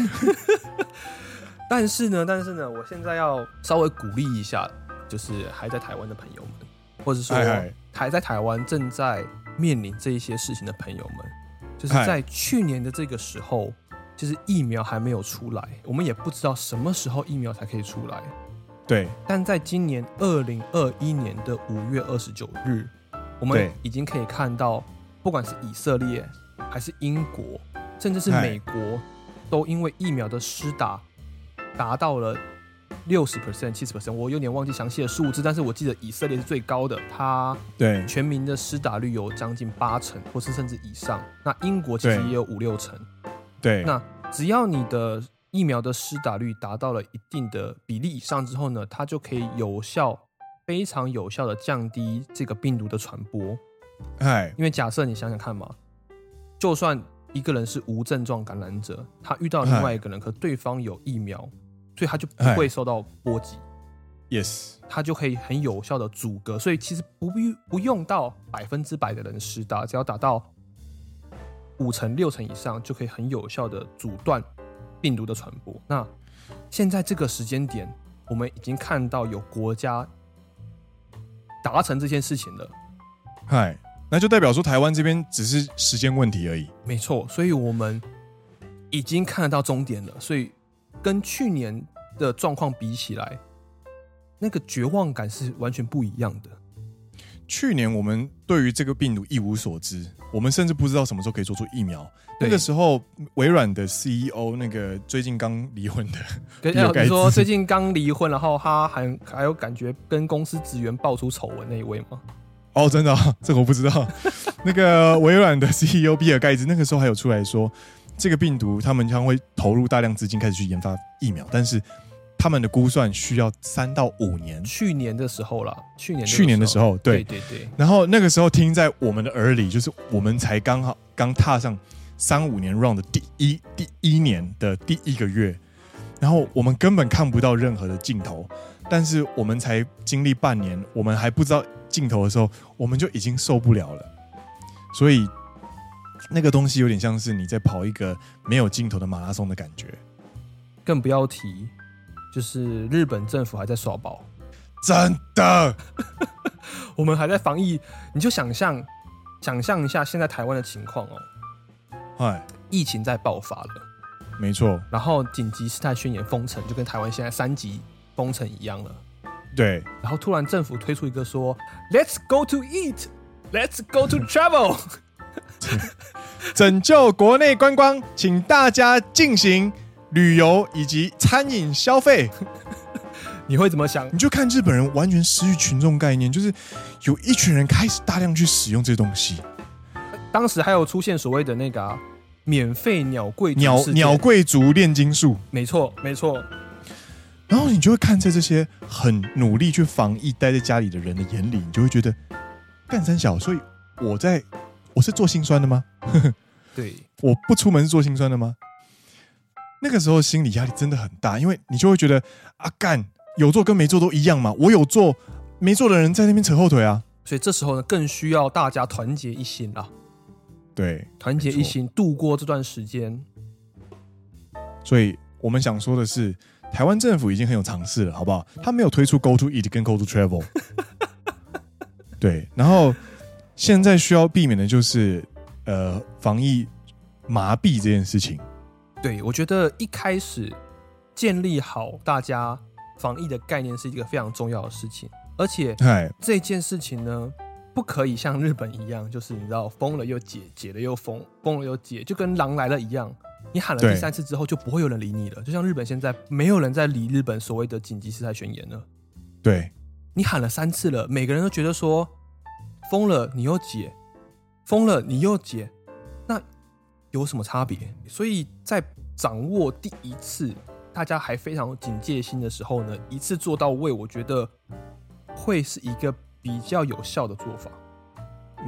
(laughs) 但是呢，但是呢，我现在要稍微鼓励一下，就是还在台湾的朋友们，或者说嗨嗨还在台湾正在面临这一些事情的朋友们，就是嗨在去年的这个时候，就是疫苗还没有出来，我们也不知道什么时候疫苗才可以出来。对，但在今年二零二一年的五月二十九日，我们对已经可以看到，不管是以色列还是英国，甚至是嗨美国，都因为疫苗的施打达到了六十 percent、七十 percent，我有点忘记详细的数字，但是我记得以色列是最高的，它对，全民的施打率有将近八成，或是甚至以上。那英国其实对也有五六成。对，那只要你的疫苗的施打率达到了一定的比例以上之后呢，它就可以有效、非常有效的降低这个病毒的传播。哎，因为假设你想想看嘛，就算一个人是无症状感染者，他遇到另外一个人，可对方有疫苗，所以他就不会受到波及， ，yes，他就可以很有效的阻隔。所以其实不必不用到百分之百的人施打，只要达到五成六成以上，就可以很有效的阻断病毒的传播。那现在这个时间点，我们已经看到有国家达成这件事情了。嗨，哎那就代表说台湾这边只是时间问题而已。没错，所以我们已经看得到终点了。所以跟去年的状况比起来，那个绝望感是完全不一样的。去年我们对于这个病毒一无所知，我们甚至不知道什么时候可以做出疫苗。那对个时候，微软的 CEO 那个最近刚离婚的， (laughs) 跟比呃尔盖茨你说最近刚离婚，然后他还还有感觉跟公司职员爆出丑闻那一位吗？哦，真的、啊， (laughs) 这个我不知道。那个微软的 CEO 比尔盖茨那个时候还有出来说，这个病毒他们将会投入大量资金开始去研发疫苗，但是他们的估算需要三到五年。去年的时候啦，去年去年的时候，对对，对对，然后那个时候听在我们的耳里，就是我们才刚好刚踏上三五年 round 的第一第一年的第一个月，然后我们根本看不到任何的尽头，但是我们才经历半年，我们还不知道尽头的时候，我们就已经受不了了。所以那个东西有点像是你在跑一个没有尽头的马拉松的感觉，更不要提就是日本政府还在耍宝，真的我们还在防疫，你就想象想象一下现在台湾的情况哦，哎，疫情在爆发了。没错，然后紧急事态宣言封城，就跟台湾现在三级封城一样了。对，然后突然政府推出一个说，Let's go to eat。Let's go to travel， (laughs) 拯救国内观光，请大家进行旅游以及餐饮消费。你会怎么想？你就看日本人完全失去群众概念，就是有一群人开始大量去使用这东西，当时还有出现所谓的那个、啊、免费鸟贵族鸟事件鸟，贵族炼金术。没错没错，然后你就会看在这些很努力去防疫、待在家里的人的眼里，你就会觉得干三小，所以我在我是做心酸的吗？对，我不出门是做心酸的吗？那个时候心理压力真的很大，因为你就会觉得啊，干有做跟没做都一样嘛，我有做，没做的人在那边扯后腿啊。所以这时候呢，更需要大家团结一心啦，对，团结一心度过这段时间。所以我们想说的是，台湾政府已经很有尝试了，好不好？他没有推出 Go to Eat 跟 Go to Travel，对，然后现在需要避免的就是呃防疫麻痹这件事情。对，我觉得一开始建立好大家防疫的概念是一个非常重要的事情，而且嗨，这件事情呢，不可以像日本一样，就是你知道封了又解，解了又封，封了又解，就跟狼来了一样。你喊了对第三次之后，就不会有人理你了。就像日本现在没有人在理日本所谓的紧急事态宣言了。对你喊了三次了，每个人都觉得说封了你又解，封了你又解，那有什么差别？所以在掌握第一次大家还非常警戒心的时候呢，一次做到位，我觉得会是一个比较有效的做法。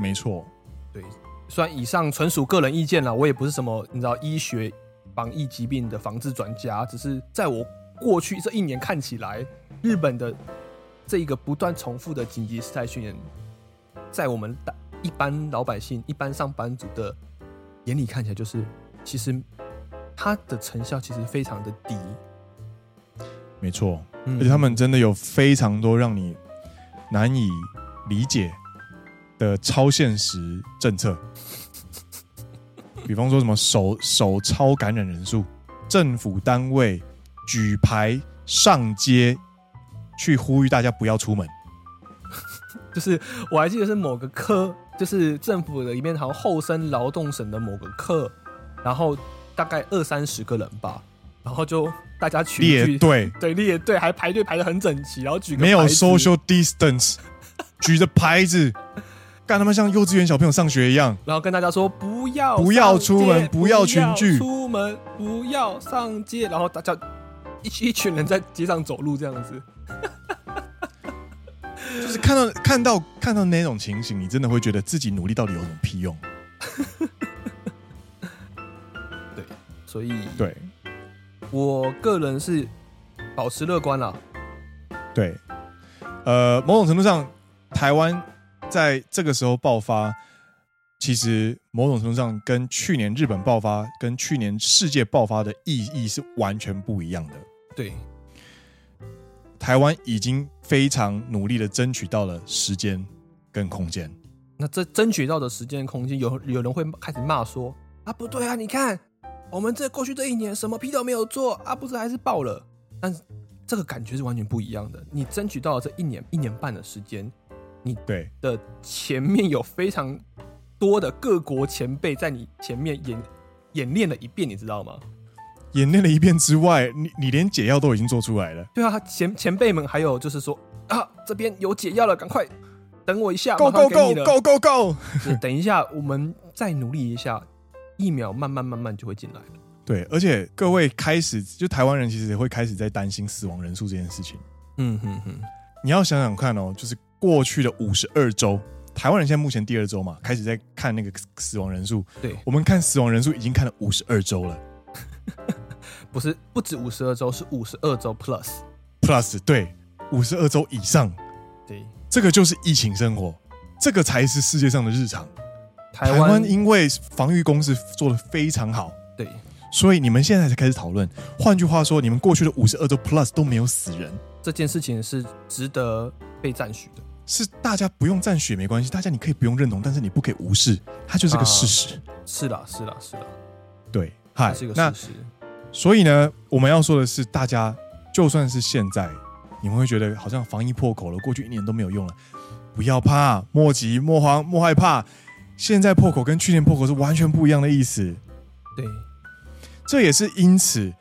没错，对，虽然以上纯属个人意见啦，我也不是什么你知道医学防疫疾病的防治专家，只是在我过去这一年看起来，日本的这一个不断重复的紧急事态宣言，在我们大一般老百姓、一般上班族的眼里看起来，就是其实它的成效其实非常的低，没错，嗯而且他们真的有非常多让你难以理解的超现实政策，比方说什么手手超感染人数，政府单位举牌上街去呼吁大家不要出门。就是我还记得是某个科，就是政府的里面好像厚生劳动省的某个科，然后大概二三十个人吧，然后就大家群列聚队，对列队还排队排的很整齐，然后举个没有牌子 social distance，举着牌子，干他妈像幼稚园小朋友上学一样。然后跟大家说不要不要上街出门不不要群聚出门不要上街，然后大家一一群人在街上走路这样子，就是看到看到看到那种情形，你真的会觉得自己努力到底有什么屁用？所以对我个人是保持乐观啦，对，呃，某种程度上，台湾在这个时候爆发，其实某种程度上跟去年日本爆发、跟去年世界爆发的意义是完全不一样的。对，台湾已经非常努力的争取到了时间跟空间。那这争取到的时间空间，有有人会开始骂说啊，不对啊，你看我们这过去这一年什么屁都没有做啊，不是还是爆了？但是这个感觉是完全不一样的。你争取到了这一年一年半的时间对的前面有非常多的各国前辈在你前面演演练了一遍，你知道吗？演练了一遍之外，你你连解药都已经做出来了，对啊，他前前辈们还有就是说啊，这边有解药了，赶快等我一下够马够上给你够了够够够！你等一下，我们再努力一下，疫苗慢慢慢慢就会进来了。对，而且各位开始就台湾人其实也会开始在担心死亡人数这件事情。嗯哼哼，你要想想看哦，就是过去的五十二周，台湾人现在目前第二周嘛，开始在看那个死亡人数。对我们看死亡人数已经看了五十二周了不是不止五十二周，是五十二周 plus。 ，plus 对五十二周以上，对，这个就是疫情生活，这个才是世界上的日常。台台湾湾因为防御工事做得非常好，对所以你们现在才开始讨论。换句话说，你们过去的五十二周 plus 都没有死人，这件事情是值得被赞许的。是大家不用蘸血没关系，大家你可以不用认同，但是你不可以无视，它就是个啊事实。是啦，是啦，是啦，对，嗨这是一，个哎那事实。所以呢，我们要说的是，大家就算是现在，你们会觉得好像防疫破口了，过去一年都没有用了，不要怕，莫急莫慌莫害怕，现在破口跟去年破口是完全不一样的意思。对，这也是因此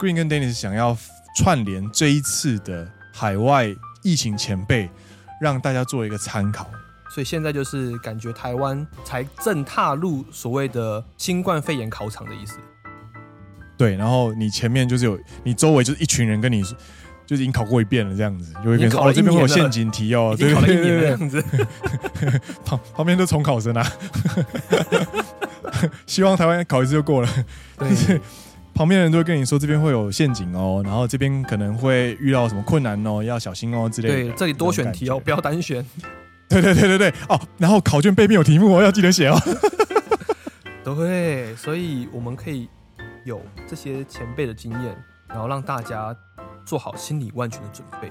，Green 跟 Dennis 想要串联这一次的海外疫情前辈，让大家做一个参考。所以现在就是感觉台湾才正踏入所谓的新冠肺炎考场的意思。对，然后你前面就是有你周围就是一群人跟你，就是已经考过一遍了，这样子就会变成已经考了哦，这边会有一年陷了阱题哦，已对经考了一对年对了对这，样子，旁旁边都重考生啊， (laughs) 希望台湾考一次就过了。对，旁边的人都会跟你说这边会有陷阱哦，然后这边可能会遇到什么困难哦，要小心哦之类的。 (laughs) 对，这里多选题哦，这种不要单选，感觉。对对对对对，哦，然后考卷背面有题目哦，要记得写 (laughs) 哦。对，所以我们可以有这些前辈的经验，然后让大家做好心理万全的准备。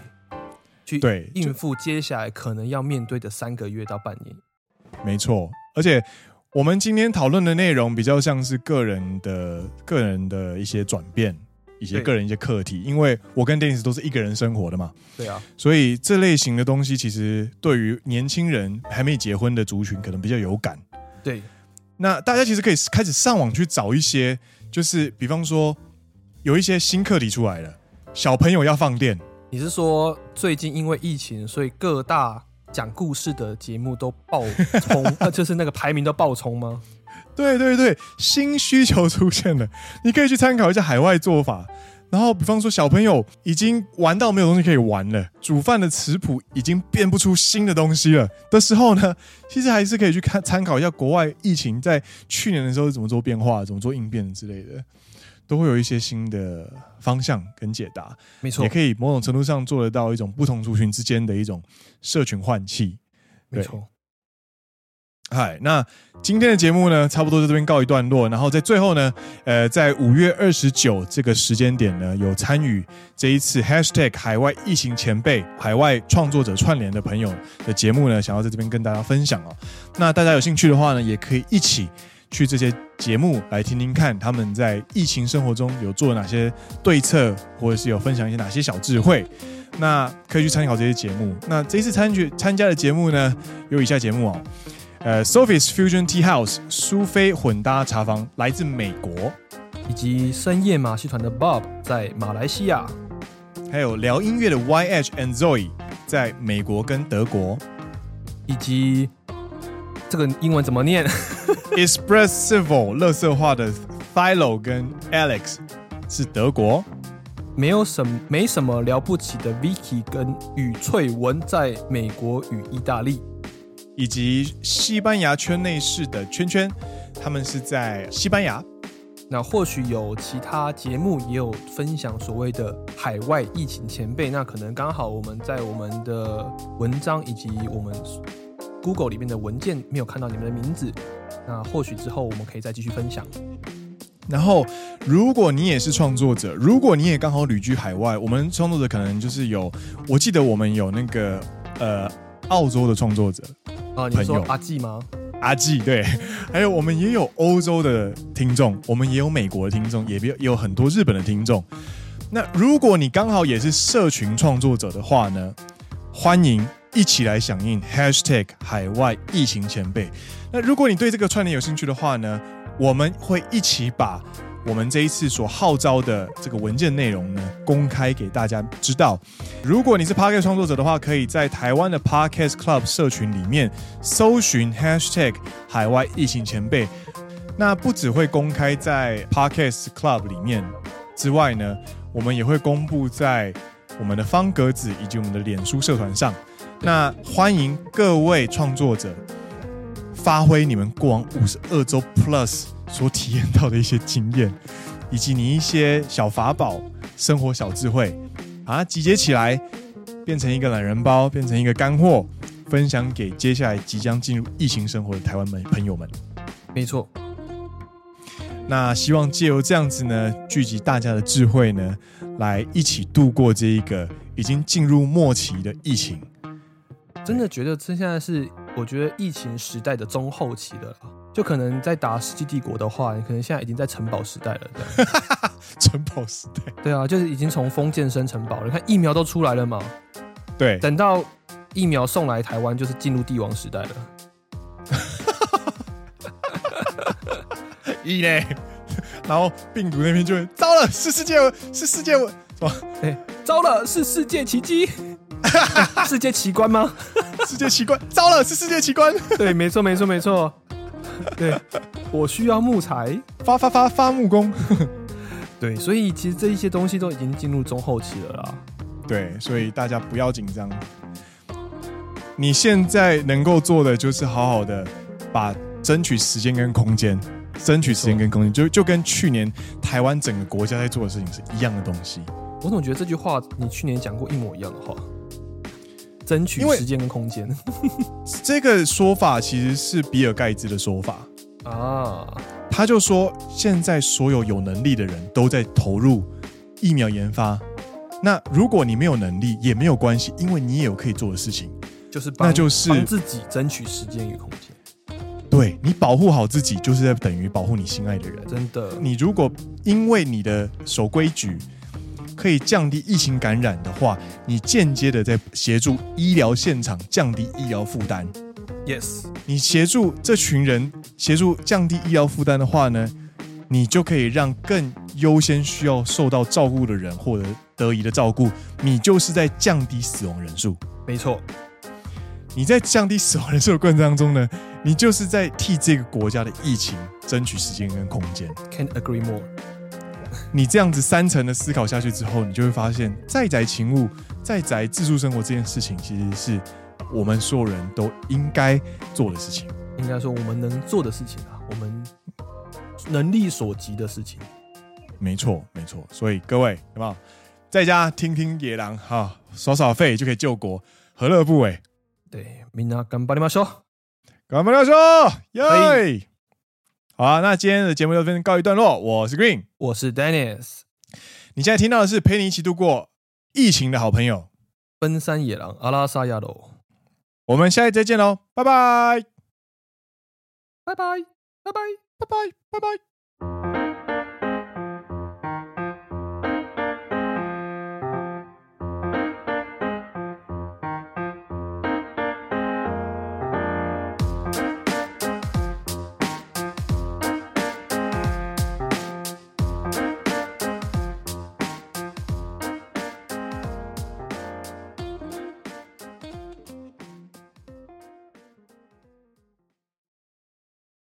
去对应付接下来可能要面对的三个月到半年。没错，而且我们今天讨论的内容比较像是个人的、个人的一些转变，一些对个人一些课题。因为我跟 Dennis 都是一个人生活的嘛，对啊，所以这类型的东西其实对于年轻人还没结婚的族群可能比较有感。对，那大家其实可以开始上网去找一些，就是比方说有一些新课题出来了，小朋友要放电，你是说最近因为疫情，所以各大讲故事的节目都爆 (laughs) 冲，呃就是那个排名都爆冲吗？对对对，新需求出现了，你可以去参考一下海外做法。然后，比方说小朋友已经玩到没有东西可以玩了，煮饭的食谱已经变不出新的东西了的时候呢，其实还是可以去看参考一下国外疫情在去年的时候是怎么做变化、怎么做应变之类的，都会有一些新的方向跟解答，没错也，可以某种程度上做得到一种不同族群之间的一种社群换气。没错，嗨，那今天的节目呢，差不多在这边告一段落。然后在最后呢，呃，在五月二十九这个时间点呢，有参与这一次 Hashtag 海外疫情前辈、海外创作者串联的朋友的节目呢，想要在这边跟大家分享哦。那大家有兴趣的话呢，也可以一起去这些节目来听听看，他们在疫情生活中有做哪些对策，或者是有分享一些哪些小智慧。那可以去参考这些节目。那这一次参与参加的节目呢，有以下节目哦。呃，Sophie's Fusion Tea House 苏菲混搭茶坊来自美国，以及深夜马戏团的 Bob 在马来西亚，还有聊音乐的 YH and Zoe 在美国跟德国以及这个英文怎么念？ (laughs) ，Espressivo (laughs) 乐色化的 Philo 跟 Alex 是德国，没有什么没什么了不起的 Vicky 跟宇翠文在美国与意大利，以及西班牙圈内式的圈圈，他们是在西班牙。那或许有其他节目也有分享所谓的海外疫情前辈，那可能刚好我们在我们的文章以及我们 Google 里面的文件没有看到你们的名字，那或许之后我们可以再继续分享。然后，如果你也是创作者，如果你也刚好旅居海外，我们创作者可能就是有，我记得我们有那个呃澳洲的创作者，啊，你朋说友阿纪吗？阿纪对，还有我们也有欧洲的听众，我们也有美国的听众，也也有很多日本的听众。那如果你刚好也是社群创作者的话呢，欢迎一起来响应 #hashtag 海外疫情前辈。那如果你对这个串联有兴趣的话呢，我们会一起把我们这一次所号召的这个文件内容呢，公开给大家知道。如果你是 Podcast 创作者的话，可以在台湾的 Podcast Club 社群里面搜寻 Hashtag 海外疫情前辈。那不只会公开在 Podcast Club 里面之外呢，我们也会公布在我们的方格子以及我们的脸书社团上。那欢迎各位创作者发挥你们过往五十二周 Plus 所体验到的一些经验，以及你一些小法宝、生活小智慧，把它集结起来，变成一个懒人包，变成一个干货，分享给接下来即将进入疫情生活的台湾们朋友们。没错，那希望借由这样子呢，聚集大家的智慧呢，来一起度过这一个已经进入末期的疫情。 (laughs) 真的觉得这现在是我觉得疫情时代的中后期了啦。就可能在打《世纪帝国》的话，你可能现在已经在城堡时代了。这样城堡时代，对啊，就是已经从封建生城堡了。你看疫苗都出来了嘛，对，等到疫苗送来台湾，就是进入帝王时代了。一嘞， (laughs) 然后病毒那边就会糟了，是世界，是世界， (laughs) 哎糟了，是世界奇迹， (laughs) 哎世界奇观吗？世界奇观，糟了，是世界奇观， (laughs) 对，没错，没错，没错。对，我需要木材。发发发发木工。对，所以其实这一些东西都已经进入中后期了啦。对，所以大家不要紧张。你现在能够做的就是好好的把争取时间跟空间，争取时间跟空间，就就跟去年台湾整个国家在做的事情是一样的东西。我总觉得这句话你去年讲过一模一样的话，争取因为时间跟空间这个说法其实是比尔盖茨的说法，啊。他就说现在所有有能力的人都在投入疫苗研发，那如果你没有能力也没有关系，因为你也有可以做的事情。就是帮那就是帮自己争取时间与空间，对你保护好自己，就是在等于保护你心爱的人。真的，你如果因为你的守规矩可以降低疫情感染的话，你间接的在协助医疗现场降低医疗负担。 yes，你协助这群人协助降低医疗负担的话呢，你就可以让更优先需要受到照顾的人获得得宜的照顾，你就是在降低死亡人数。没错，你在降低死亡人数的过程当中呢，你就是在替这个国家的疫情争取时间跟空间。 Can't agree more。你这样子三层的思考下去之后，你就会发现，在宅勤务、在宅自助生活这件事情，其实是我们所有人都应该做的事情。应该说我们能做的事情啊，我们能力所及的事情。没错，没错。所以各位，有没有在家听听野狼哈、耍耍废就可以救国，何乐不为？对，明天干巴里马修，干嘛要说可耶！好啊，那今天的节目就先告一段落。我是 Green，我是 Dennis，你现在听到的是陪你一起度过疫情的好朋友。奔山野狼阿拉萨亚罗，我们下一集再见喽，拜拜，拜拜，拜拜。拜拜，拜拜。